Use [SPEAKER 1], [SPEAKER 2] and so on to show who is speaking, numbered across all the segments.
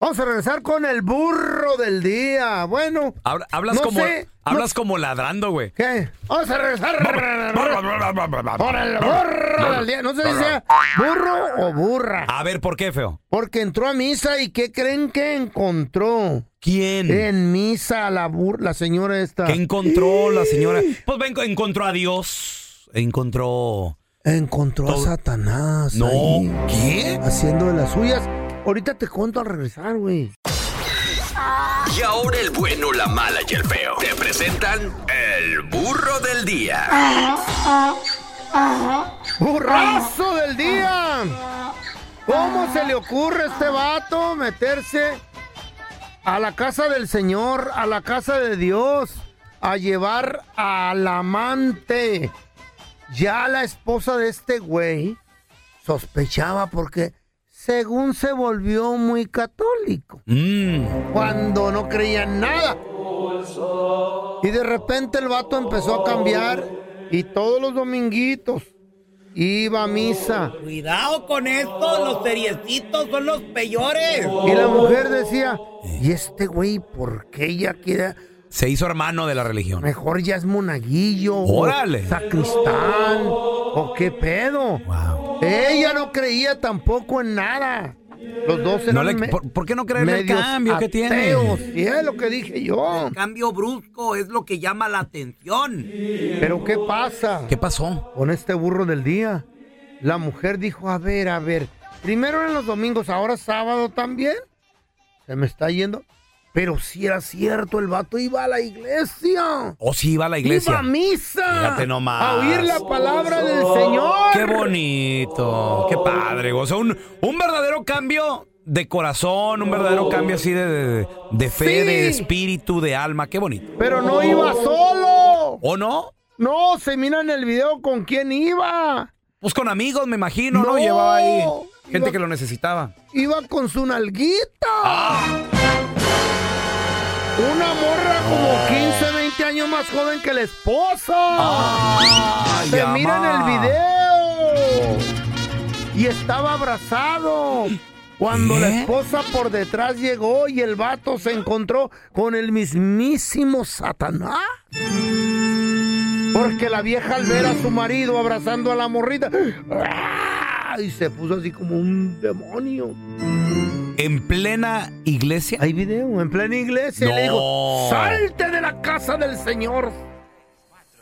[SPEAKER 1] Vamos a regresar con el burro del día. Bueno,
[SPEAKER 2] Habla- hablas
[SPEAKER 1] No
[SPEAKER 2] como
[SPEAKER 1] sé,
[SPEAKER 2] hablas como ladrando, güey.
[SPEAKER 1] ¿qué? Vamos a regresar con el burro del día. No sé si sea burro o burra.
[SPEAKER 2] A ver, ¿por qué, feo?
[SPEAKER 1] Porque entró a misa y ¿qué creen que encontró?
[SPEAKER 2] ¿Quién?
[SPEAKER 1] En misa la, bur- la señora esta.
[SPEAKER 2] ¿Qué encontró la señora? Pues ven, encontró a Dios. Encontró.
[SPEAKER 1] Encontró a
[SPEAKER 2] Todo-
[SPEAKER 1] Satanás.
[SPEAKER 2] No.
[SPEAKER 1] ahí,
[SPEAKER 2] ¿Qué?
[SPEAKER 1] haciendo de las suyas. Ahorita te cuento al regresar, güey.
[SPEAKER 3] Y ahora el bueno, la mala y el feo. Te presentan el burro del día.
[SPEAKER 1] Uh-huh. ¡Burrazo del día! ¿Cómo se le ocurre a este vato meterse a la casa del Señor, a la casa de Dios, a llevar al amante? Ya la esposa de este güey sospechaba porque según se volvió muy católico,
[SPEAKER 2] Mm.
[SPEAKER 1] cuando no creía en nada. Y de repente el vato empezó a cambiar y todos los dominguitos iba a misa.
[SPEAKER 4] Cuidado con esto, los seriecitos son los peores.
[SPEAKER 1] Y la mujer decía, ¿y este güey por qué ya quiere?
[SPEAKER 2] Se hizo hermano de la religión.
[SPEAKER 1] Mejor ya es monaguillo. o
[SPEAKER 2] Órale.
[SPEAKER 1] Sacristán. ¿O qué pedo?
[SPEAKER 2] Wow.
[SPEAKER 1] Ella no creía tampoco en nada. Los dos eran
[SPEAKER 2] No le-
[SPEAKER 1] me-
[SPEAKER 2] ¿por, por qué no creerle el
[SPEAKER 1] medios
[SPEAKER 2] cambio que tiene?
[SPEAKER 1] ateos. Y es lo que dije yo.
[SPEAKER 4] Cambio brusco es lo que llama la atención.
[SPEAKER 1] Pero ¿qué pasa
[SPEAKER 2] ¿Qué pasó?
[SPEAKER 1] con este burro del día? La mujer dijo, a ver, a ver. Primero eran los domingos, ahora sábado también. Se me está yendo. Pero si era cierto, el vato iba a la iglesia.
[SPEAKER 2] ¿O si Oh, iba a la iglesia?
[SPEAKER 1] Iba a misa.
[SPEAKER 2] Fíjate nomás.
[SPEAKER 1] A oír la
[SPEAKER 2] Ah,
[SPEAKER 1] palabra del Señor.
[SPEAKER 2] ¡Qué bonito! ¡Qué padre! güey. O sea, un, un verdadero cambio de corazón, un verdadero cambio así de, de- de fe,
[SPEAKER 1] Sí.
[SPEAKER 2] de espíritu, de alma. ¡Qué bonito!
[SPEAKER 1] Pero no iba solo.
[SPEAKER 2] ¿O no?
[SPEAKER 1] No, se mira en el video con quién iba.
[SPEAKER 2] Pues con amigos, me imagino, ¿no?
[SPEAKER 1] No.
[SPEAKER 2] Llevaba ahí gente
[SPEAKER 1] Iba-
[SPEAKER 2] que lo necesitaba.
[SPEAKER 1] Iba con su nalguita. Una morra como 15, 20 años más joven que la esposa. se
[SPEAKER 2] ama.
[SPEAKER 1] mira en el video. Y estaba abrazado. Cuando la
[SPEAKER 2] ¿Eh?
[SPEAKER 1] esposa por detrás llegó y el vato se encontró con el mismísimo Satanás. Porque la vieja al ver a su marido abrazando a la morrita. ¡ah! Y se puso así como un demonio.
[SPEAKER 2] En plena iglesia.
[SPEAKER 1] Hay video en plena iglesia. Y le
[SPEAKER 2] No.
[SPEAKER 1] digo, salte de la casa del Señor.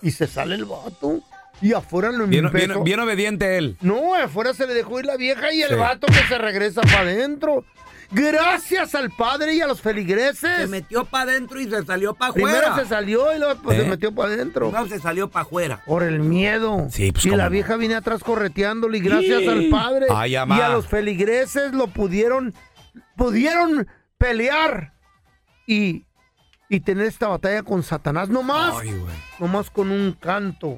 [SPEAKER 1] Y se sale el vato. Y afuera lo
[SPEAKER 2] Bien,
[SPEAKER 1] empezó.
[SPEAKER 2] bien- bien obediente él.
[SPEAKER 1] No, afuera se le dejó ir la vieja y el
[SPEAKER 2] Sí.
[SPEAKER 1] vato que se regresa para adentro. Gracias al padre y a los
[SPEAKER 4] Se
[SPEAKER 1] feligreses.
[SPEAKER 4] metió para adentro y se salió para
[SPEAKER 1] Primero
[SPEAKER 4] afuera.
[SPEAKER 1] se salió y luego pues,
[SPEAKER 2] ¿Eh?
[SPEAKER 1] se metió para adentro.
[SPEAKER 4] Primero se salió para afuera.
[SPEAKER 1] Por el miedo.
[SPEAKER 2] Sí, pues,
[SPEAKER 1] y
[SPEAKER 2] cómo
[SPEAKER 1] la
[SPEAKER 2] no.
[SPEAKER 1] vieja viene atrás correteándole y gracias al padre
[SPEAKER 2] Ay,
[SPEAKER 1] y
[SPEAKER 2] amá.
[SPEAKER 1] a los feligreses lo pudieron, pudieron pelear y, y tener esta batalla con Satanás. No más,
[SPEAKER 2] Ay, güey.
[SPEAKER 1] no más con un canto.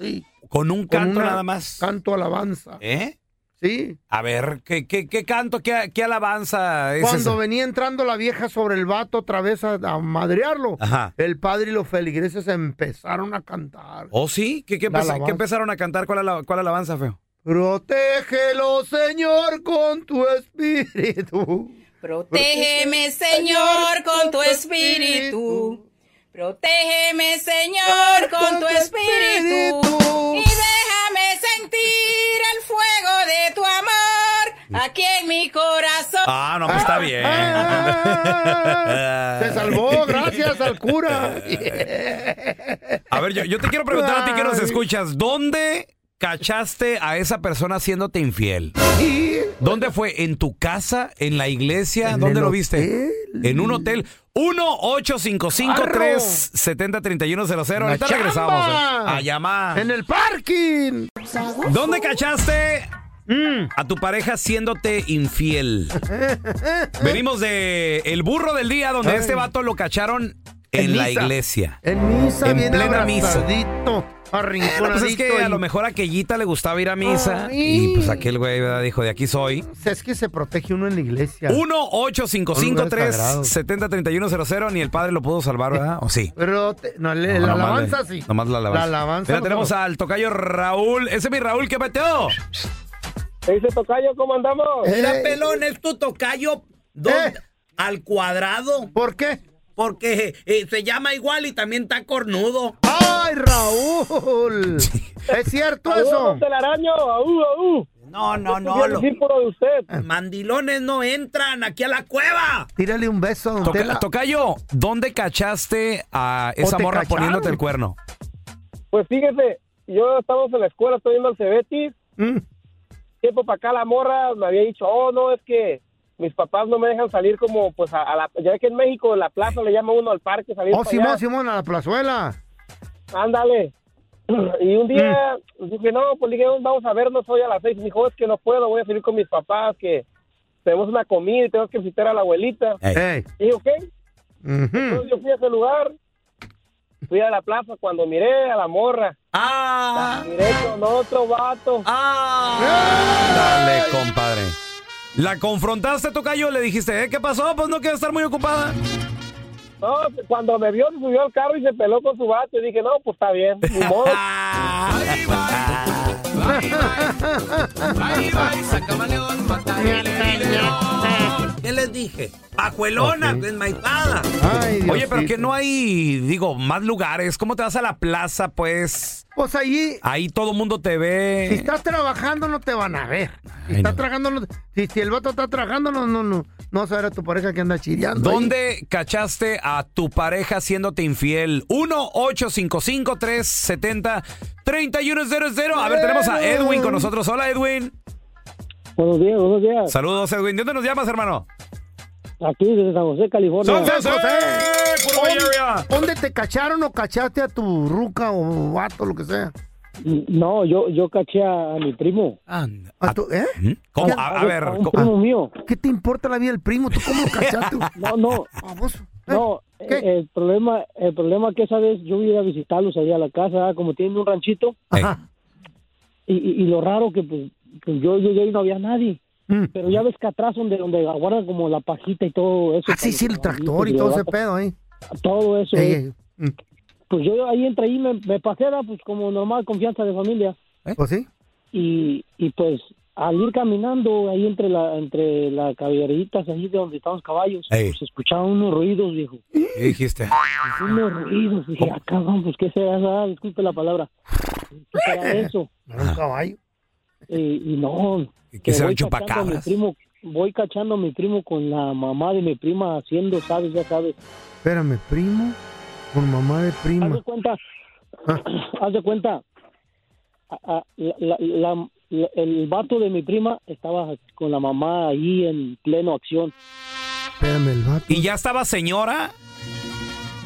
[SPEAKER 1] Sí,
[SPEAKER 2] Con un
[SPEAKER 1] con
[SPEAKER 2] canto
[SPEAKER 1] una-
[SPEAKER 2] nada más.
[SPEAKER 1] Canto alabanza.
[SPEAKER 2] ¿Eh?
[SPEAKER 1] Sí.
[SPEAKER 2] A ver, ¿qué, qué, qué canto, qué, qué alabanza es
[SPEAKER 1] Cuando
[SPEAKER 2] esa?
[SPEAKER 1] venía entrando la vieja sobre el vato otra vez a, a madrearlo,
[SPEAKER 2] Ajá.
[SPEAKER 1] el padre y los feligreses empezaron a cantar.
[SPEAKER 2] ¿Oh, sí? ¿Qué, qué,
[SPEAKER 1] La
[SPEAKER 2] empeza-
[SPEAKER 1] alabanza.
[SPEAKER 2] qué empezaron a cantar? ¿Cuál, ala- cuál alabanza, feo?
[SPEAKER 1] Protégelo, Señor, con tu espíritu.
[SPEAKER 5] Protégeme, Señor, con tu espíritu. Protégeme, Señor, con tu espíritu. Y déjame sentir el fuego de tu amor aquí en mi corazón.
[SPEAKER 2] Ah, no, pues está bien. Eh,
[SPEAKER 1] Ah, Se salvó, gracias al cura.
[SPEAKER 2] A ver, yo, yo te quiero preguntar a ti que nos
[SPEAKER 1] Ay.
[SPEAKER 2] escuchas, ¿dónde cachaste a esa persona haciéndote infiel?
[SPEAKER 1] Y
[SPEAKER 2] ¿Dónde fue? ¿En tu casa? ¿En la iglesia?
[SPEAKER 1] En
[SPEAKER 2] ¿Dónde
[SPEAKER 1] el
[SPEAKER 2] lo viste?
[SPEAKER 1] hotel.
[SPEAKER 2] En un hotel. 1-855-370-3100.
[SPEAKER 1] La
[SPEAKER 2] Ahorita
[SPEAKER 1] chamba.
[SPEAKER 2] regresamos. eh. A llamar.
[SPEAKER 1] en el parking.
[SPEAKER 2] ¿Dónde cachaste
[SPEAKER 1] Mm.
[SPEAKER 2] a tu pareja siéndote infiel? Venimos de El Burro del Día, donde
[SPEAKER 1] Ay.
[SPEAKER 2] este vato lo cacharon en,
[SPEAKER 1] En
[SPEAKER 2] la
[SPEAKER 1] misa.
[SPEAKER 2] iglesia.
[SPEAKER 1] En misa,
[SPEAKER 2] En
[SPEAKER 1] bien
[SPEAKER 2] plena misa.
[SPEAKER 1] abrazadito.
[SPEAKER 2] Bueno, pues es
[SPEAKER 1] arrinconadito.
[SPEAKER 2] que a
[SPEAKER 1] y-
[SPEAKER 2] lo mejor a aquellita le gustaba ir a misa.
[SPEAKER 1] Ay.
[SPEAKER 2] Y pues aquel güey ¿verdad? dijo, de aquí soy.
[SPEAKER 1] Es que se protege uno en la iglesia.
[SPEAKER 2] 1-855-370-3100. Ni el padre lo pudo salvar, ¿verdad? ¿O sí?
[SPEAKER 1] Pero te- no, le-
[SPEAKER 2] No,
[SPEAKER 1] la
[SPEAKER 2] nomás
[SPEAKER 1] alabanza
[SPEAKER 2] le-
[SPEAKER 1] sí.
[SPEAKER 2] Nomás la alabanza.
[SPEAKER 1] La alabanza.
[SPEAKER 2] Mira,
[SPEAKER 1] no
[SPEAKER 2] tenemos
[SPEAKER 1] solo-
[SPEAKER 2] al tocayo Raúl. Ese es mi Raúl, ¿qué pateó?
[SPEAKER 6] Dice Tocayo, ¿cómo andamos?
[SPEAKER 4] Mira,
[SPEAKER 1] Eh,
[SPEAKER 4] pelón, es tu tocayo dos
[SPEAKER 1] Eh.
[SPEAKER 4] al cuadrado.
[SPEAKER 1] ¿Por qué?
[SPEAKER 4] Porque eh, se llama igual y también está cornudo.
[SPEAKER 1] ¡Ay, Raúl! ¿Es cierto eso?
[SPEAKER 6] ¡Saludos, telaraño! ¡Aú, aú!
[SPEAKER 4] No, no, no.
[SPEAKER 6] Yo
[SPEAKER 4] los
[SPEAKER 6] discípulo de usted.
[SPEAKER 4] mandilones no entran aquí a la cueva.
[SPEAKER 1] Tírale un beso a Don
[SPEAKER 2] Toca-
[SPEAKER 1] Tela.
[SPEAKER 2] tocayo, ¿dónde cachaste a esa
[SPEAKER 1] te
[SPEAKER 2] morra
[SPEAKER 1] cacharon?
[SPEAKER 2] poniéndote el cuerno?
[SPEAKER 6] Pues fíjese, yo estamos en la escuela, estoy viendo al Cebetis.
[SPEAKER 1] Mm.
[SPEAKER 6] Tiempo para acá la morra me había dicho, oh, no, es que mis papás no me dejan salir como, pues, a, a la... Ya ve que en México, en la plaza, le llama uno al parque, salir
[SPEAKER 1] Oh,
[SPEAKER 6] para
[SPEAKER 1] Simón,
[SPEAKER 6] allá.
[SPEAKER 1] Simón, a la plazuela.
[SPEAKER 6] Ándale. Y un día
[SPEAKER 1] Mm.
[SPEAKER 6] dije, no, pues, le dije, vamos a vernos hoy a las seis. Me dijo, es que no puedo, voy a salir con mis papás, que tenemos una comida y tenemos que visitar a la abuelita.
[SPEAKER 1] Ey.
[SPEAKER 6] Y dije, ok,
[SPEAKER 1] Ujú.
[SPEAKER 6] Entonces yo fui a ese lugar, fui a la plaza cuando miré a la morra,
[SPEAKER 4] Ah,
[SPEAKER 6] miré con otro vato.
[SPEAKER 4] ah.
[SPEAKER 2] Dale, compadre. La confrontaste, Tocayo, le dijiste, ¿eh? ¿Qué pasó? Pues no quiero estar muy ocupada.
[SPEAKER 6] No, cuando me vio, se subió al carro y se peló con su vato. Y dije, no, pues está bien, ni modo.
[SPEAKER 4] ¿Qué les dije? Pajuelona, enmaizada.
[SPEAKER 1] Ay, Dios
[SPEAKER 2] pues, Oye, pero que no hay, digo, más lugares. ¿Cómo te vas a la plaza, pues?
[SPEAKER 1] Pues ahí,
[SPEAKER 2] Ahí todo mundo te
[SPEAKER 1] si
[SPEAKER 2] ve.
[SPEAKER 1] estás trabajando, no te van a ver. Si
[SPEAKER 2] Ay,
[SPEAKER 1] estás
[SPEAKER 2] no.
[SPEAKER 1] trabajando, no- si, si el vato está trabajando, no, no, no. No vas a ver a tu pareja que anda chideando. ahí.
[SPEAKER 2] ¿Dónde cachaste a tu pareja haciéndote infiel? 1-855-370-3100. A ver, tenemos a Edwin con nosotros. Hola, Edwin.
[SPEAKER 6] Buenos días, buenos días.
[SPEAKER 2] Saludos, Edwin. ¿De dónde nos llamas, hermano?
[SPEAKER 6] Aquí desde San José, California.
[SPEAKER 2] ¡San José!
[SPEAKER 1] Eh,
[SPEAKER 2] ¡Puro Bay Area!
[SPEAKER 1] ¿Dónde te cacharon o cachaste a tu ruca o vato, lo que sea?
[SPEAKER 6] No, yo, yo caché a, a mi primo.
[SPEAKER 1] ¿A tu- ¿Eh?
[SPEAKER 2] ¿Mm? ¿Cómo? A, a ver.
[SPEAKER 6] un
[SPEAKER 2] ¿cómo?
[SPEAKER 6] primo mío.
[SPEAKER 1] ¿Qué te importa la vida del primo? ¿Tú cómo lo cachaste?
[SPEAKER 6] No, no,
[SPEAKER 1] Baboso. ¿Eh?
[SPEAKER 6] no.
[SPEAKER 1] ¿Qué?
[SPEAKER 6] eh, El problema, el problema que esa vez yo iba a ir a visitarlos allá a la casa, como tienen un ranchito.
[SPEAKER 1] Ajá.
[SPEAKER 6] Y, y, y lo raro que pues, que yo llegué y no había nadie.
[SPEAKER 1] Mm.
[SPEAKER 6] Pero ya ves que atrás donde, donde guardan como la pajita y todo eso.
[SPEAKER 1] Ah, sí, sí, el tractor y
[SPEAKER 6] pues,
[SPEAKER 1] todo ese pedo ahí.
[SPEAKER 6] Todo eso.
[SPEAKER 1] Ey,
[SPEAKER 6] eh.
[SPEAKER 1] ey, mm,
[SPEAKER 6] Pues yo ahí entré y me, me pasé, era, pues como normal, confianza de familia.
[SPEAKER 1] Pues sí.
[SPEAKER 6] Y, y pues al ir caminando ahí entre la entre las caballeritas, ahí de donde están los caballos,
[SPEAKER 2] Ey.
[SPEAKER 6] pues escuchaban unos ruidos, viejo.
[SPEAKER 2] ¿Qué dijiste?
[SPEAKER 6] Unos ruidos. Dije, ah, cabrón, pues qué será, esa? disculpe la palabra. ¿Qué será eso? Eh,
[SPEAKER 1] No era un caballo.
[SPEAKER 6] Y, y no.
[SPEAKER 2] ¿Qué
[SPEAKER 6] que
[SPEAKER 2] será
[SPEAKER 6] voy
[SPEAKER 2] el
[SPEAKER 6] cachando a mi
[SPEAKER 2] chupacabras?
[SPEAKER 6] primo- Voy cachando a mi primo con la mamá de mi prima haciendo, sabes, ya sabes.
[SPEAKER 1] Espérame, primo. Con mamá de
[SPEAKER 6] Haz
[SPEAKER 1] prima.
[SPEAKER 6] de cuenta,
[SPEAKER 1] Ah.
[SPEAKER 6] haz de cuenta, a- a- la- la- la- la- el vato de mi prima estaba con la mamá ahí en pleno acción.
[SPEAKER 1] Espérame, el vato.
[SPEAKER 2] ¿Y ya estaba señora?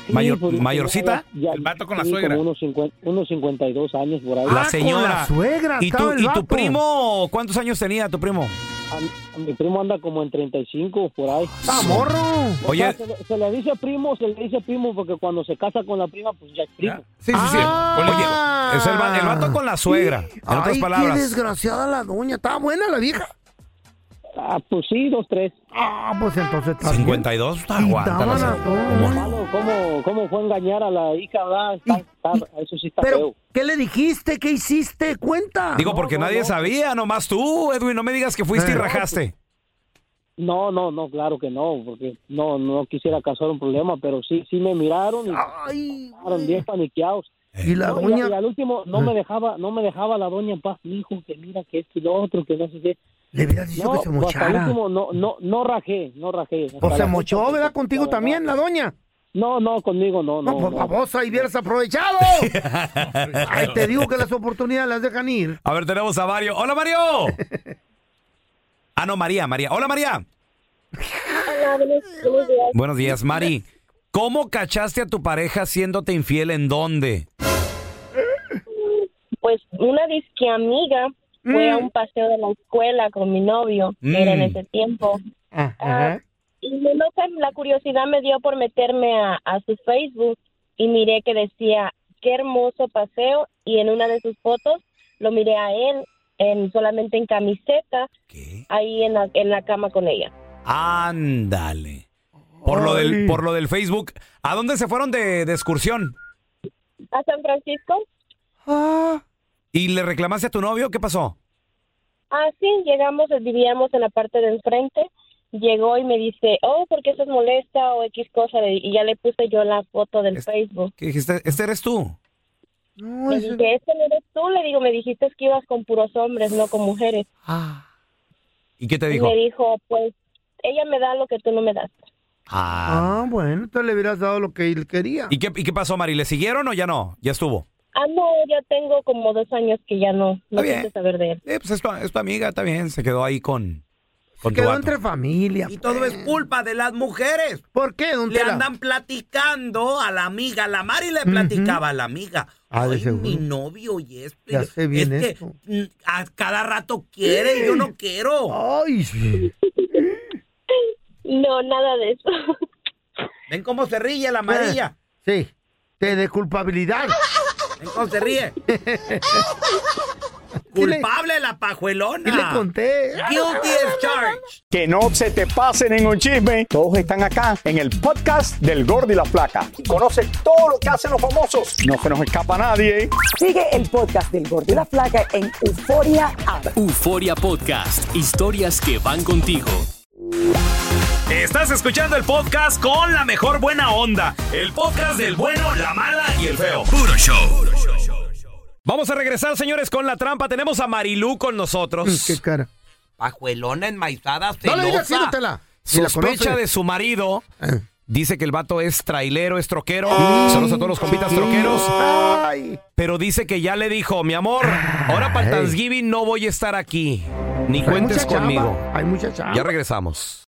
[SPEAKER 6] Sí,
[SPEAKER 2] Mayor-
[SPEAKER 6] pues,
[SPEAKER 2] ¿Mayorcita?
[SPEAKER 6] ya-
[SPEAKER 2] El vato con la
[SPEAKER 6] sí,
[SPEAKER 2] suegra.
[SPEAKER 6] Como unos, 50 unos 52 años por ahí.
[SPEAKER 2] La
[SPEAKER 1] Ah, con
[SPEAKER 2] señora.
[SPEAKER 1] la suegra
[SPEAKER 2] ¿Y
[SPEAKER 1] estaba
[SPEAKER 2] tu,
[SPEAKER 1] el
[SPEAKER 2] ¿Y
[SPEAKER 1] vato.
[SPEAKER 2] tu primo? ¿Cuántos años tenía tu primo?
[SPEAKER 6] A- a mi primo anda como en 35 por ahí.
[SPEAKER 1] ¡Ah, morro!
[SPEAKER 6] O sea,
[SPEAKER 2] Oye.
[SPEAKER 6] se, le- se le dice primo, se le dice primo porque cuando se casa con la prima, pues ya es primo.
[SPEAKER 2] Sí, sí, sí.
[SPEAKER 1] Ah.
[SPEAKER 2] Oye, es el, va- el vato con la suegra. En otras
[SPEAKER 1] Ay,
[SPEAKER 2] palabras.
[SPEAKER 1] qué desgraciada la doña. ¿Estaba buena la vieja?
[SPEAKER 6] Ah, pues sí, dos, tres.
[SPEAKER 1] Ah, pues entonces está bien.
[SPEAKER 2] 52 está
[SPEAKER 1] Y
[SPEAKER 2] aguanta. la
[SPEAKER 1] daban a
[SPEAKER 2] señora.
[SPEAKER 1] todo.
[SPEAKER 2] ¿Cómo?
[SPEAKER 6] Malo, ¿cómo, ¿Cómo fue engañar a la hija? verdad? Está- está- eso sí está feo.
[SPEAKER 1] Pero, ¿qué le dijiste? ¿Qué hiciste? Cuenta.
[SPEAKER 2] Digo, porque nadie sabía, nomás tú, Edwin. No me digas que fuiste
[SPEAKER 1] Eh.
[SPEAKER 2] y rajaste.
[SPEAKER 6] No, no, no, claro que no, porque no, no quisiera causar un problema, pero sí, sí me miraron y me
[SPEAKER 1] Ay,
[SPEAKER 6] miraron bien paniqueados.
[SPEAKER 1] y la
[SPEAKER 6] No, y,
[SPEAKER 1] doña Ah.
[SPEAKER 6] y al último no me dejaba, no me dejaba la doña en paz, mi hijo, que mira que esto y lo otro, que no sé qué.
[SPEAKER 1] le hubieras dicho
[SPEAKER 6] No,
[SPEAKER 1] que se
[SPEAKER 6] pues, hasta el
[SPEAKER 1] mochara.
[SPEAKER 6] último no, no, no rajé, no rajé. Hasta
[SPEAKER 1] Pues
[SPEAKER 6] la
[SPEAKER 1] se
[SPEAKER 6] fecha,
[SPEAKER 1] mochó,
[SPEAKER 6] pues,
[SPEAKER 1] ¿verdad? Contigo
[SPEAKER 6] la
[SPEAKER 1] también, la doña.
[SPEAKER 6] No, no, conmigo no,
[SPEAKER 1] No,
[SPEAKER 6] no.
[SPEAKER 1] pues
[SPEAKER 6] no.
[SPEAKER 1] babosa, ahí hubieras aprovechado. Ay, te digo que las oportunidades las dejan ir.
[SPEAKER 2] A ver, tenemos a Mario. ¡Hola, Mario! ah, no, María, María. ¡Hola, María! Buenos días, Mari. ¿Cómo cachaste a tu pareja siéndote infiel en dónde?
[SPEAKER 7] pues una disque amiga fue a un paseo de la escuela con mi novio, que era en
[SPEAKER 2] Mm.
[SPEAKER 7] ese tiempo.
[SPEAKER 8] Ah,
[SPEAKER 1] Ajá.
[SPEAKER 7] Y no no sé, la curiosidad me dio por meterme a, a su Facebook y miré que decía qué hermoso paseo y en una de sus fotos lo miré a él en, solamente en camiseta ahí en la, en la cama con ella.
[SPEAKER 2] Ándale. Por lo, del, por lo del Facebook. ¿A dónde se fueron de, de excursión?
[SPEAKER 7] ¿A San Francisco?
[SPEAKER 2] ¿Y le reclamaste a tu novio? ¿Qué pasó?
[SPEAKER 7] Ah, sí, llegamos, vivíamos en la parte de enfrente. Llegó y me dice, oh, ¿por qué estás molesta? O X cosa. le- Y ya le puse yo la foto del Facebook.
[SPEAKER 2] ¿Qué dijiste? ¿Este eres tú?
[SPEAKER 7] me dije, ¿este no eres tú? Le digo, me dijiste que ibas con puros hombres, no con mujeres.
[SPEAKER 2] Ah. ¿Y qué te
[SPEAKER 7] Y
[SPEAKER 2] dijo?
[SPEAKER 7] me dijo, pues, ella me da lo que tú no me das.
[SPEAKER 2] Ah.
[SPEAKER 1] Ah, bueno, entonces le hubieras dado lo que él quería.
[SPEAKER 2] ¿Y, qué, ¿Y qué pasó, Mari? ¿Le siguieron o ya no? Ya estuvo.
[SPEAKER 7] Ah, no, ya tengo como dos años que ya no, no
[SPEAKER 2] Está bien.
[SPEAKER 7] quise saber de él.
[SPEAKER 2] Eh, pues es tu, es tu amiga, está bien. Se quedó ahí con, con tu
[SPEAKER 1] Quedó
[SPEAKER 2] vato.
[SPEAKER 1] entre familia.
[SPEAKER 4] Y todo es culpa de las mujeres.
[SPEAKER 1] ¿Por qué, don
[SPEAKER 4] Le
[SPEAKER 1] Tela?
[SPEAKER 4] andan platicando a la amiga. La Mari le platicaba a la amiga.
[SPEAKER 1] Ah, de
[SPEAKER 4] Ay,
[SPEAKER 1] seguro.
[SPEAKER 4] mi novio y esto. y
[SPEAKER 1] Ya
[SPEAKER 4] lo-
[SPEAKER 1] sé bien
[SPEAKER 4] es
[SPEAKER 1] esto.
[SPEAKER 4] que mm, a cada rato quiere y yo no quiero.
[SPEAKER 1] Ay, sí.
[SPEAKER 7] No, nada de eso.
[SPEAKER 4] Ven cómo se ríe la amarilla.
[SPEAKER 1] Sí. Te de culpabilidad.
[SPEAKER 4] Ven cómo se ríe.
[SPEAKER 1] Sí le-
[SPEAKER 4] Culpable la pajuelona.
[SPEAKER 1] Y le conté.
[SPEAKER 4] Guilty as charged.
[SPEAKER 9] Que no se te pasen en un chisme. Todos están acá en el podcast del Gordo y la Flaca. Conoce todo lo que hacen los famosos. No se nos escapa nadie.
[SPEAKER 8] Sigue el podcast del Gordo y la Flaca en Euforia App.
[SPEAKER 10] Euforia Podcast, historias que van contigo.
[SPEAKER 2] Estás escuchando el podcast con la mejor buena onda. El podcast del bueno, la mala y el feo.
[SPEAKER 3] Puro show.
[SPEAKER 2] Vamos a regresar, señores, con la trampa. Tenemos a Marilú con nosotros.
[SPEAKER 1] Qué cara.
[SPEAKER 4] Pajuelona enmaizada,
[SPEAKER 1] No
[SPEAKER 4] celosa.
[SPEAKER 1] le digas así, don Tela. Si la
[SPEAKER 2] Sospecha
[SPEAKER 1] conoce. Eh.
[SPEAKER 2] de su marido. Dice que el vato es trailero, es troquero. Saludos a todos los compitas troqueros.
[SPEAKER 1] Ay.
[SPEAKER 2] Pero dice que ya le dijo, mi amor, ahora para el
[SPEAKER 1] Ay.
[SPEAKER 2] Thanksgiving no voy a estar aquí. Ni
[SPEAKER 1] Hay
[SPEAKER 2] cuentes
[SPEAKER 1] mucha chamba,
[SPEAKER 2] conmigo.
[SPEAKER 1] Hay mucha chamba.
[SPEAKER 2] Ya regresamos.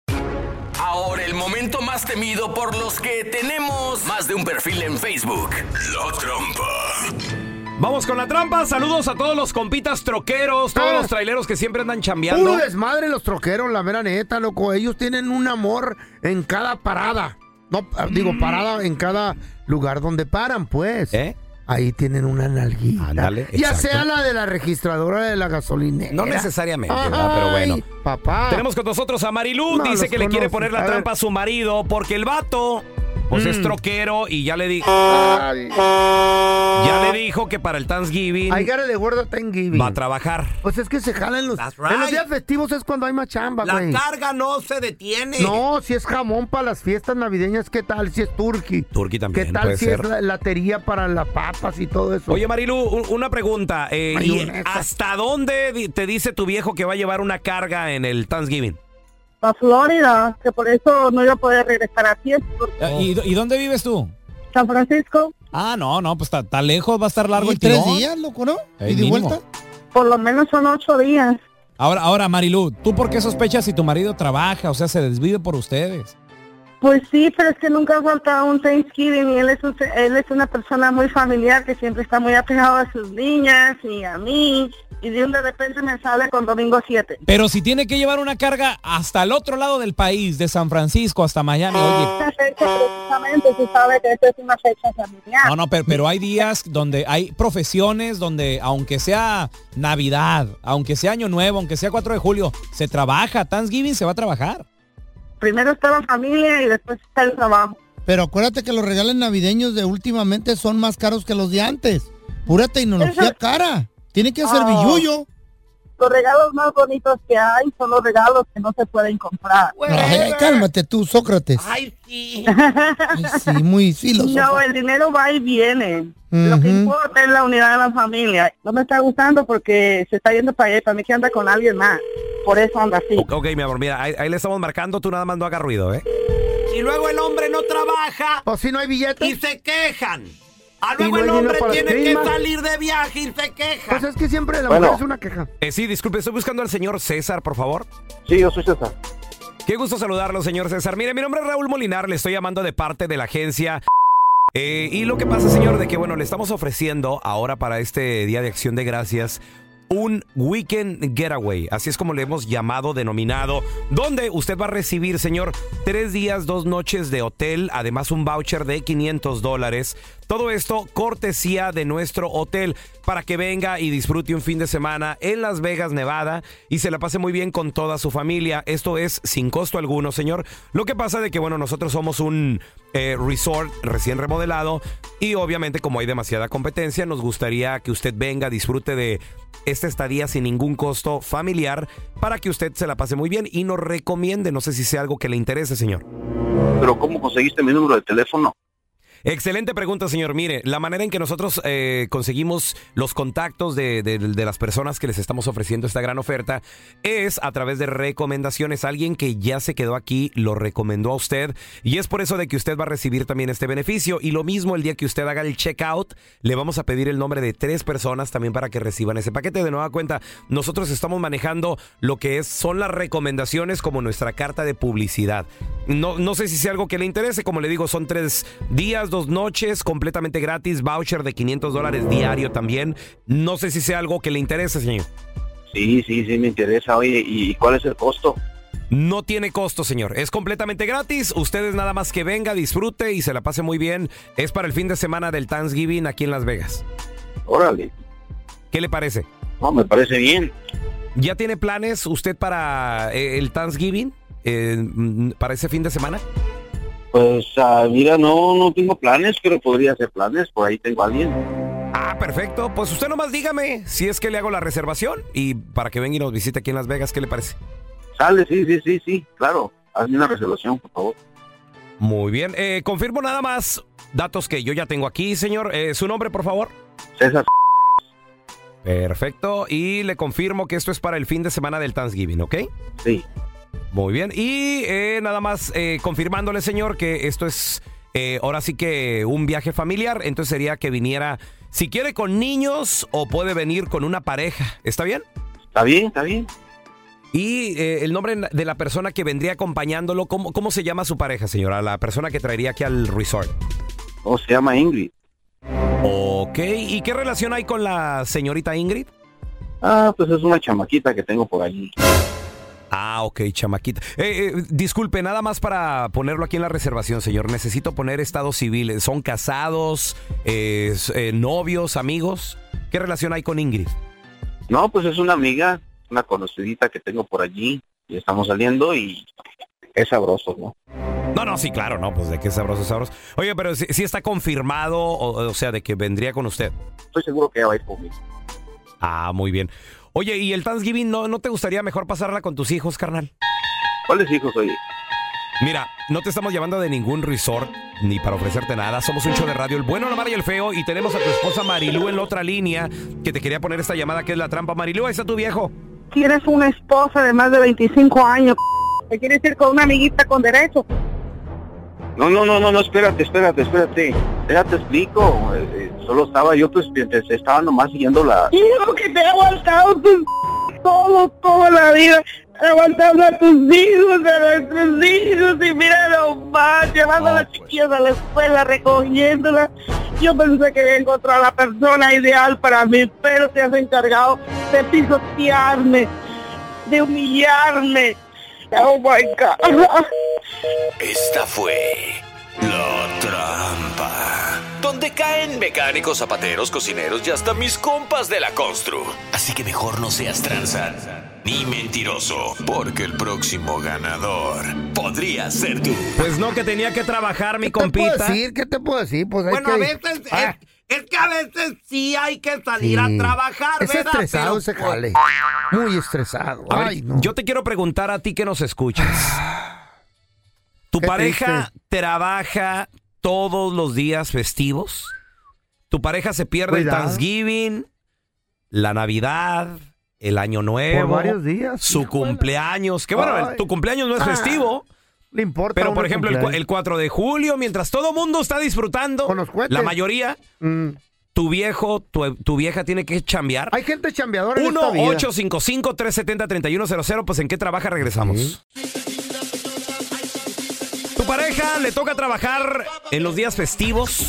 [SPEAKER 3] Ahora el momento más temido por los que tenemos más de un perfil en Facebook. La trampa.
[SPEAKER 2] Vamos con la trampa. Saludos a todos los compitas troqueros, todos
[SPEAKER 1] Ah.
[SPEAKER 2] los traileros que siempre andan chambeando.
[SPEAKER 1] Puro desmadre los troqueros, la mera neta, loco. Ellos tienen un amor en cada parada. No, ah, digo, parada en cada lugar donde paran, pues.
[SPEAKER 2] Mm. ¿Eh?
[SPEAKER 1] Ahí tienen una nalguita.
[SPEAKER 2] Ándale,
[SPEAKER 1] ya
[SPEAKER 2] exacto.
[SPEAKER 1] sea la de la registradora de la gasolinera.
[SPEAKER 2] No necesariamente, ¿verdad? Pero bueno.
[SPEAKER 1] Ay, Papá.
[SPEAKER 2] Tenemos con nosotros a Marilú.
[SPEAKER 1] No,
[SPEAKER 2] dice
[SPEAKER 1] los
[SPEAKER 2] que le quiere
[SPEAKER 1] conoces.
[SPEAKER 2] poner la
[SPEAKER 1] A ver. Mm.
[SPEAKER 2] trampa a su marido porque el vato, pues es troquero y ya le dijo.
[SPEAKER 1] Ah.
[SPEAKER 2] Ya le dijo que para el Thanksgiving
[SPEAKER 1] Hay gara de gordo Thanksgiving.
[SPEAKER 2] va a trabajar.
[SPEAKER 1] Pues es que se jalan los.
[SPEAKER 4] That's
[SPEAKER 1] En los
[SPEAKER 4] right.
[SPEAKER 1] días festivos es cuando hay más chamba,
[SPEAKER 4] La
[SPEAKER 1] güey.
[SPEAKER 4] carga no se detiene.
[SPEAKER 1] No, si es jamón para las fiestas navideñas, ¿qué tal? Si es turkey.
[SPEAKER 2] Turkey también
[SPEAKER 1] ¿Qué tal
[SPEAKER 2] puede
[SPEAKER 1] si
[SPEAKER 2] ser.
[SPEAKER 1] es la, latería para las papas y todo eso?
[SPEAKER 2] Oye, Marilu, u- una pregunta. eh, ¿y
[SPEAKER 1] Mayonesa.
[SPEAKER 2] ¿Hasta dónde di- te dice tu viejo que va a llevar una carga en el Thanksgiving?
[SPEAKER 8] A Florida, que por eso no iba a poder regresar a tiempo.
[SPEAKER 11] ¿Y, y dónde vives tú?
[SPEAKER 8] San Francisco,
[SPEAKER 11] Oh. Ah, no, no, pues está está lejos, va a estar largo el tirón.
[SPEAKER 1] loco, ¿no?
[SPEAKER 11] Eh, mínimo.
[SPEAKER 8] por lo menos son ocho días.
[SPEAKER 11] Ahora, ahora, Marilu, ¿tú por qué sospechas si tu marido trabaja? O sea, se desvive por ustedes.
[SPEAKER 8] Pues sí, pero es que nunca falta un Thanksgiving y él es, un- él es una persona muy familiar que siempre está muy apegado a sus niñas y a mí. Y de un de repente me sale con domingo 7.
[SPEAKER 11] Pero si tiene que llevar una carga hasta el otro lado del país, de San Francisco hasta Miami, oye.
[SPEAKER 8] Esta fecha precisamente se sabe que esta es una fecha familiar.
[SPEAKER 11] No, no, pero, pero hay días donde hay profesiones donde aunque sea Navidad, aunque sea Año Nuevo, aunque sea 4 de julio, se trabaja, Thanksgiving se va a trabajar.
[SPEAKER 8] Primero está la familia y después está el trabajo.
[SPEAKER 1] Pero acuérdate que los regalos navideños de últimamente son más caros que los de antes. Pura tecnología
[SPEAKER 8] Eso-
[SPEAKER 1] cara. Tiene que
[SPEAKER 8] hacer Ah. billuyo. Los regalos más bonitos que hay son los regalos que no se pueden comprar.
[SPEAKER 1] cálmate tú, Sócrates.
[SPEAKER 4] Ay, sí.
[SPEAKER 1] sí, muy
[SPEAKER 8] No, el dinero va y viene. Lo que
[SPEAKER 1] Ujú.
[SPEAKER 8] importa es la unidad de la familia. No me está gustando porque se está yendo para allá y para mí que anda con alguien más. Por eso anda así.
[SPEAKER 2] Ok, mi amor, mira, ahí, ahí le estamos marcando, tú nada más no hagas ruido, ¿eh?
[SPEAKER 4] Y luego el hombre no trabaja
[SPEAKER 1] O si no hay
[SPEAKER 4] y
[SPEAKER 1] billetes.
[SPEAKER 4] se quejan. A
[SPEAKER 1] Y no
[SPEAKER 4] luego el
[SPEAKER 1] hay
[SPEAKER 4] hombre
[SPEAKER 1] dinero para
[SPEAKER 4] tiene que
[SPEAKER 1] clima.
[SPEAKER 4] salir de viaje y se queja.
[SPEAKER 1] Pues es que siempre la
[SPEAKER 9] Bueno.
[SPEAKER 1] mujer es una queja.
[SPEAKER 2] Eh, sí, disculpe, estoy buscando al señor César, por favor.
[SPEAKER 9] Sí, yo soy César.
[SPEAKER 2] Qué gusto saludarlo, señor César. Mire, mi nombre es Raúl Molinar, le estoy llamando de parte de la agencia. Eh, y lo que pasa, señor, de que, bueno, le estamos ofreciendo ahora para este Día de Acción de Gracias un Weekend Getaway. Así es como le hemos llamado, denominado, donde usted va a recibir, señor, tres días, dos noches de hotel, además un voucher de 500 dólares Todo esto cortesía de nuestro hotel para que venga y disfrute un fin de semana en Las Vegas, Nevada y se la pase muy bien con toda su familia. Esto es sin costo alguno, señor. Lo que pasa de que, bueno, nosotros somos un eh, resort recién remodelado y obviamente como hay demasiada competencia, nos gustaría que usted venga, disfrute de esta estadía sin ningún costo familiar para que usted se la pase muy bien y nos recomiende. No sé si sea algo que le interese, señor.
[SPEAKER 12] Pero ¿cómo conseguiste mi número de teléfono?
[SPEAKER 2] Excelente pregunta, señor. Mire, la manera en que nosotros eh, conseguimos los contactos de, de- de las personas que les estamos ofreciendo esta gran oferta es a través de recomendaciones. Alguien que ya se quedó aquí lo recomendó a usted y es por eso de que usted va a recibir también este beneficio. Y lo mismo el día que usted haga el checkout, le vamos a pedir el nombre de tres personas también para que reciban ese paquete. De nueva cuenta, nosotros estamos manejando lo que es, son las recomendaciones como nuestra carta de publicidad. No, no sé si sea algo que le interese, como le digo, son tres días, dos noches, completamente gratis, voucher de 500 dólares diario también. No sé si sea algo que le interese, señor.
[SPEAKER 12] Sí, sí, sí, me interesa. Oye, ¿y cuál es el costo?
[SPEAKER 2] No tiene costo, señor. Es completamente gratis. Ustedes nada más que venga, disfrute y se la pase muy bien. Es para el fin de semana del Thanksgiving aquí en Las Vegas.
[SPEAKER 12] Órale.
[SPEAKER 2] ¿Qué le parece?
[SPEAKER 12] No, me parece bien.
[SPEAKER 2] ¿Ya tiene planes usted para eh, el Thanksgiving? Eh, mm, ¿Para ese fin de semana?
[SPEAKER 12] Pues, ah, mira, no, no tengo planes, pero podría hacer planes. Por ahí tengo a alguien.
[SPEAKER 2] Ah, perfecto. Pues usted nomás dígame si es que le hago la reservación y para que venga y nos visite aquí en Las Vegas, ¿qué le parece?
[SPEAKER 12] Sale, sí, sí, sí, sí, claro. Hazme una reservación, por favor.
[SPEAKER 2] Muy bien. Eh, confirmo nada más datos que yo ya tengo aquí, señor. Eh, Su nombre, por favor.
[SPEAKER 12] César.
[SPEAKER 2] Perfecto. Y le confirmo que esto es para el fin de semana del Thanksgiving, ¿ok?
[SPEAKER 12] Sí.
[SPEAKER 2] Muy bien. Y eh, nada más eh, confirmándole, señor, que esto es eh, ahora sí que un viaje familiar. Entonces sería que viniera, si quiere, con niños o puede venir con una pareja. ¿Está bien?
[SPEAKER 12] Está bien, está bien.
[SPEAKER 2] Y eh, el nombre de la persona que vendría acompañándolo, ¿cómo, ¿cómo se llama su pareja, señora? La persona que traería aquí al resort.
[SPEAKER 12] ¿Cómo Oh, se llama Ingrid?
[SPEAKER 2] Ok, ¿y qué relación hay con la señorita Ingrid?
[SPEAKER 12] Ah, pues es una chamaquita que tengo por allí.
[SPEAKER 2] Ah, ok, chamaquita. Eh, eh, disculpe, nada más para ponerlo aquí en la reservación, señor. Necesito poner estado civil. ¿Son casados, eh, s- eh, novios, amigos? ¿Qué relación hay con Ingrid?
[SPEAKER 12] No, pues es una amiga, una conocidita que tengo por allí. Y estamos saliendo y es sabroso, ¿no?
[SPEAKER 2] No, no, sí, claro, no, pues de qué sabroso, sabroso. Oye, pero sí, sí está confirmado, o, o sea, de que vendría con usted.
[SPEAKER 12] Estoy seguro que ella va a ir conmigo.
[SPEAKER 2] Ah, muy bien. Oye, ¿y el Thanksgiving no, no te gustaría mejor pasarla con tus hijos, carnal?
[SPEAKER 12] ¿Cuáles hijos, oye?
[SPEAKER 2] Mira, no te estamos llamando de ningún resort ni para ofrecerte nada. Somos un show de radio, el bueno, la mala y el feo. Y tenemos a tu esposa Marilú en la otra línea que te quería poner esta llamada que es la trampa. Marilú, ahí está tu viejo.
[SPEAKER 8] Tienes una esposa de más de 25 años. Te quieres ir con una amiguita con derecho.
[SPEAKER 12] No, no, no, no, no, espérate, espérate, espérate. Déjate explico. Eh, eh, solo estaba, yo pues pensé- estaba nomás siguiendo la...
[SPEAKER 8] Hijo que te he aguantado tus todo, toda la vida. Aguantando a tus hijos, a nuestros hijos, y mira nomás, llevando a las chiquillas a la escuela, recogiéndolas. Yo pensé que había encontrado la persona ideal para mí, pero te has encargado de pisotearme, de humillarme. Oh my God.
[SPEAKER 3] Esta fue La Trampa. Donde caen mecánicos, zapateros, cocineros y hasta mis compas de la constru. Así que mejor no seas tranza ni mentiroso, porque el próximo ganador podría ser tú.
[SPEAKER 2] Pues no, que tenía que trabajar, mi
[SPEAKER 1] ¿Qué te
[SPEAKER 2] compita.
[SPEAKER 1] puedo decir? ¿Qué te puedo decir? Pues hay
[SPEAKER 4] Bueno, a
[SPEAKER 1] que-
[SPEAKER 4] veces es-
[SPEAKER 1] Ah,
[SPEAKER 4] es, que a veces sí hay que salir
[SPEAKER 1] sí.
[SPEAKER 4] a trabajar,
[SPEAKER 1] Es
[SPEAKER 4] ¿verdad?
[SPEAKER 1] estresado
[SPEAKER 4] Pero,
[SPEAKER 1] ese
[SPEAKER 4] pues,
[SPEAKER 1] jale. Muy estresado.
[SPEAKER 2] A ver,
[SPEAKER 1] Ay,
[SPEAKER 2] Yo te quiero preguntar a ti que nos escuchas. ¿Tu
[SPEAKER 1] Qué
[SPEAKER 2] pareja trabaja todos los días festivos? ¿Tu pareja se pierde
[SPEAKER 1] Cuidado.
[SPEAKER 2] el Thanksgiving, la Navidad, el Año Nuevo?
[SPEAKER 1] varios días,
[SPEAKER 2] Su cumpleaños. Que bueno,
[SPEAKER 1] Ay.
[SPEAKER 2] tu cumpleaños no es
[SPEAKER 1] Ah,
[SPEAKER 2] festivo.
[SPEAKER 1] le importa.
[SPEAKER 2] Pero,
[SPEAKER 1] uno
[SPEAKER 2] por
[SPEAKER 1] el
[SPEAKER 2] ejemplo, el, cua-
[SPEAKER 1] cumpleaños.
[SPEAKER 2] el 4 de julio, mientras todo mundo está disfrutando, la mayoría,
[SPEAKER 1] Mm.
[SPEAKER 2] tu viejo, tu, tu vieja tiene que chambear.
[SPEAKER 1] Hay gente chambeadora en esta vida.
[SPEAKER 2] 1-855-370-3100. Pues en qué trabaja regresamos. Tu pareja le toca trabajar en los días festivos.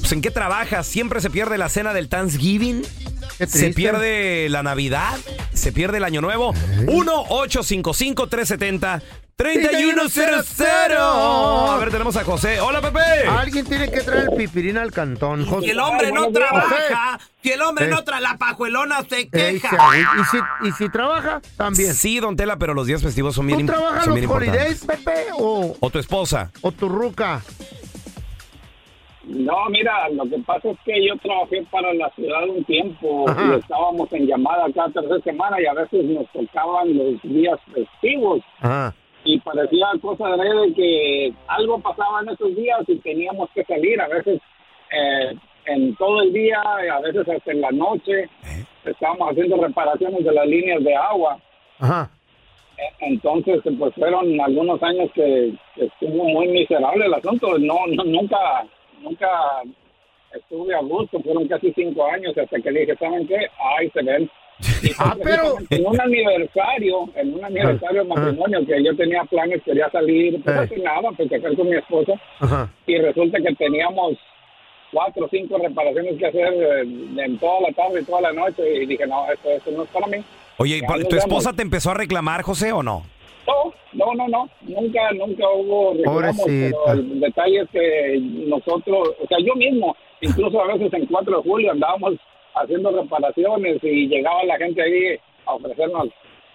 [SPEAKER 2] Pues en qué trabaja. Siempre se pierde la cena del Thanksgiving. Se
[SPEAKER 1] triste.
[SPEAKER 2] pierde la Navidad. Se pierde el Año Nuevo. 1-855-370. 3100. A ver, tenemos a José. Hola, Pepe.
[SPEAKER 1] Alguien tiene que traer el pipirín al cantón. José.
[SPEAKER 4] Si el hombre no
[SPEAKER 1] José.
[SPEAKER 4] trabaja, si el hombre
[SPEAKER 1] Eh.
[SPEAKER 4] no trabaja, la pajuelona se
[SPEAKER 1] Ey,
[SPEAKER 4] queja.
[SPEAKER 1] se- ¿Y, si, ¿Y si trabaja? También.
[SPEAKER 2] Sí, don Tela, pero los días festivos son bien,
[SPEAKER 1] ¿Tú
[SPEAKER 2] im-
[SPEAKER 1] trabajas
[SPEAKER 2] son
[SPEAKER 1] los
[SPEAKER 2] bien
[SPEAKER 1] holidays,
[SPEAKER 2] importantes.
[SPEAKER 1] Pepe, o,
[SPEAKER 2] O tu esposa.
[SPEAKER 1] o tu ruca?
[SPEAKER 13] No, mira, lo que pasa es que yo trabajé para la ciudad un tiempo
[SPEAKER 1] Ajá.
[SPEAKER 13] y estábamos en llamada cada tercera semana y a veces nos tocaban los días festivos
[SPEAKER 1] Ah.
[SPEAKER 13] y parecía cosa de de que algo pasaba en esos días y teníamos que salir a veces eh, en todo el día, a veces hasta en la noche. Estábamos haciendo reparaciones de las líneas de agua.
[SPEAKER 1] Ajá.
[SPEAKER 13] Entonces, pues fueron algunos años que, que estuvo muy miserable el asunto. No, no, nunca, nunca estuve a gusto. Fueron casi cinco años hasta que le dije, ¿saben qué? Ay, se ven. Y
[SPEAKER 2] Ah,
[SPEAKER 13] fue precisamente En un aniversario, en un aniversario de matrimonio que yo tenía planes, quería salir, pues
[SPEAKER 1] Ah.
[SPEAKER 13] hace nada, porque acá con mi esposa.
[SPEAKER 1] Ajá.
[SPEAKER 13] Y resulta que teníamos cuatro o cinco reparaciones que hacer eh, en toda la tarde y toda la noche. Y dije, no, esto, esto no es para mí.
[SPEAKER 2] Oye, ¿y
[SPEAKER 13] Ya
[SPEAKER 2] por-
[SPEAKER 13] nos
[SPEAKER 2] ¿tu
[SPEAKER 13] vemos.
[SPEAKER 2] esposa te empezó a reclamar, José, o no?
[SPEAKER 13] No, no, no, no. Nunca, nunca hubo reclamos,
[SPEAKER 2] Pobrecita.
[SPEAKER 13] pero el detalle es que nosotros, o sea, yo mismo, incluso a veces en 4 de julio andábamos haciendo reparaciones y llegaba la gente ahí a ofrecernos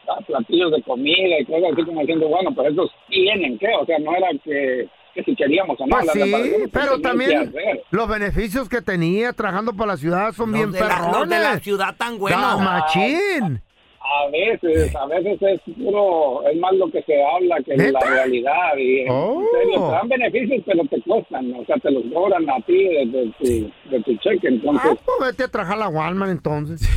[SPEAKER 13] ah, platillos de comida y cosas así como diciendo, bueno, pues estos tienen que, o sea, no era que, que si queríamos o no.
[SPEAKER 1] Pues
[SPEAKER 13] las reparaciones
[SPEAKER 1] sí,
[SPEAKER 13] se
[SPEAKER 1] pero
[SPEAKER 13] tenían
[SPEAKER 1] también
[SPEAKER 13] que hacer.
[SPEAKER 1] los beneficios que tenía trabajando para la ciudad son bien
[SPEAKER 13] de la- los
[SPEAKER 1] perrones.
[SPEAKER 13] de la ciudad tan buenos.
[SPEAKER 2] Ah,
[SPEAKER 1] Da machín.
[SPEAKER 13] A veces, a veces es puro, es más lo que se habla que
[SPEAKER 1] ¿Neta?
[SPEAKER 13] la realidad. Y en
[SPEAKER 1] Oh.
[SPEAKER 13] serio, te dan beneficios, pero te cuestan, o sea, te los cobran a ti de, de tu, de tu cheque. Entonces,
[SPEAKER 1] Ah, pues vete a trabajar la Walmart entonces.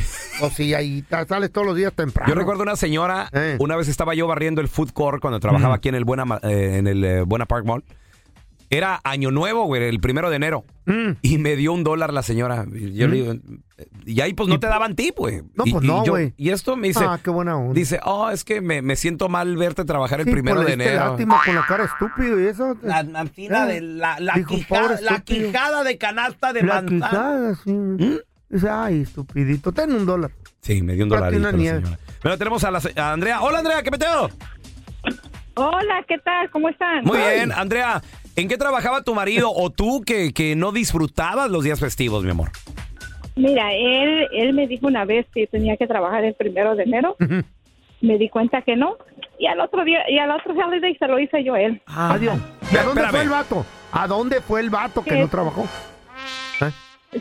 [SPEAKER 1] o si ahí ta- sales todos los días temprano.
[SPEAKER 2] Yo recuerdo una señora,
[SPEAKER 1] Eh.
[SPEAKER 2] una vez estaba yo barriendo el food court cuando trabajaba aquí en el Buena, Ma- eh, en el eh, Buena Park Mall. Era año nuevo, güey, el primero de enero.
[SPEAKER 1] Mm.
[SPEAKER 2] Y me dio un dólar la señora. Y Yo le digo, eh, y ahí pues no te daban tip, güey.
[SPEAKER 1] No,
[SPEAKER 2] Y-
[SPEAKER 1] pues
[SPEAKER 2] y
[SPEAKER 1] no,
[SPEAKER 2] yo-
[SPEAKER 1] güey.
[SPEAKER 2] Y, esto me dice,
[SPEAKER 1] Ah, qué buena onda.
[SPEAKER 2] dice, oh, es que me, me siento mal verte trabajar el
[SPEAKER 1] Sí,
[SPEAKER 2] primero
[SPEAKER 1] pues,
[SPEAKER 2] de
[SPEAKER 1] le diste
[SPEAKER 2] enero.
[SPEAKER 1] lástima con la cara estúpido y eso. Eh,
[SPEAKER 4] La, la fina de la, la,
[SPEAKER 1] Dijo,
[SPEAKER 4] quijada-
[SPEAKER 1] "Pobre
[SPEAKER 4] la
[SPEAKER 1] estúpido".
[SPEAKER 4] quijada de canasta de
[SPEAKER 1] La
[SPEAKER 4] manzana. ¿Mm?
[SPEAKER 1] quijada, sí. Dice, ay, estupidito, ten un dólar.
[SPEAKER 2] Sí, me dio un
[SPEAKER 1] Cómprate
[SPEAKER 2] dolarito
[SPEAKER 1] una
[SPEAKER 2] la
[SPEAKER 1] nieve.
[SPEAKER 2] señora. Pero tenemos a, la, se- a Andrea. Hola, Andrea, ¿qué peteo?
[SPEAKER 14] Hola, ¿qué tal? ¿Cómo están?
[SPEAKER 2] Muy bien, Andrea. ¿En qué trabajaba tu marido o tú que, que no disfrutabas los días festivos, mi amor?
[SPEAKER 14] Mira, él, él me dijo una vez que tenía que trabajar el primero de enero. Me di cuenta que no. Y al otro día, y al otro holiday se lo hice yo a él.
[SPEAKER 4] Ah.
[SPEAKER 1] Adiós. ¿Y a dónde fue el vato? ¿A dónde fue el vato que
[SPEAKER 14] Sí.
[SPEAKER 1] no trabajó?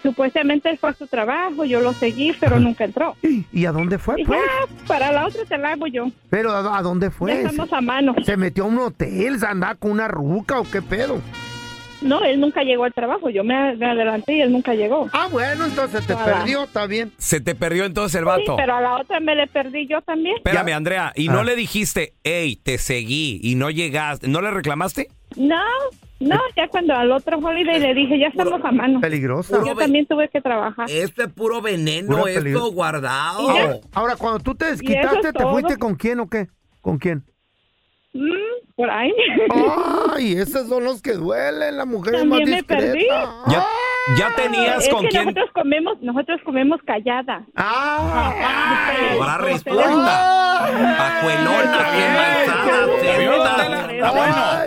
[SPEAKER 14] Supuestamente él fue a su trabajo, yo lo seguí, pero nunca entró.
[SPEAKER 1] ¿Y a dónde fue,
[SPEAKER 14] Y
[SPEAKER 1] pues?
[SPEAKER 14] ya, para la otra te la hago yo.
[SPEAKER 1] Pero ¿a, a dónde fue?
[SPEAKER 14] Ya estamos a mano.
[SPEAKER 1] ¿Se metió a un hotel? ¿Se andaba con una ruca o qué pedo?
[SPEAKER 14] No, él nunca llegó al trabajo, yo me, me adelanté y él nunca llegó.
[SPEAKER 1] Ah, bueno, entonces te perdió, está bien.
[SPEAKER 2] Se te perdió entonces el
[SPEAKER 14] Sí,
[SPEAKER 2] vato.
[SPEAKER 14] pero a la otra me le perdí yo también.
[SPEAKER 2] Espérame, Andrea, ¿y
[SPEAKER 1] Ah.
[SPEAKER 2] no le dijiste, hey, te seguí y no llegaste? ¿No le reclamaste?
[SPEAKER 14] No, no, ya cuando al otro holiday le dije, ya estamos a mano.
[SPEAKER 1] Peligrosa.
[SPEAKER 14] Yo también tuve que trabajar.
[SPEAKER 4] Este es puro veneno,
[SPEAKER 1] Puro
[SPEAKER 4] esto
[SPEAKER 1] peligro.
[SPEAKER 4] guardado.
[SPEAKER 1] Ahora, ahora, cuando tú te
[SPEAKER 14] eso
[SPEAKER 1] desquitaste,
[SPEAKER 14] es
[SPEAKER 1] ¿te fuiste
[SPEAKER 14] todo.
[SPEAKER 1] con quién o qué? ¿Con quién?
[SPEAKER 14] Mm, por ahí.
[SPEAKER 1] Ay, esos son los que duelen, la mujer es más
[SPEAKER 14] También me
[SPEAKER 1] discreta.
[SPEAKER 14] perdí.
[SPEAKER 2] Ya, ya tenías
[SPEAKER 14] es
[SPEAKER 2] con
[SPEAKER 14] que
[SPEAKER 2] quién.
[SPEAKER 14] nosotros comemos, nosotros comemos callada.
[SPEAKER 1] Ah,
[SPEAKER 2] Ahora responda. Pajuelona, bien manzana, celda.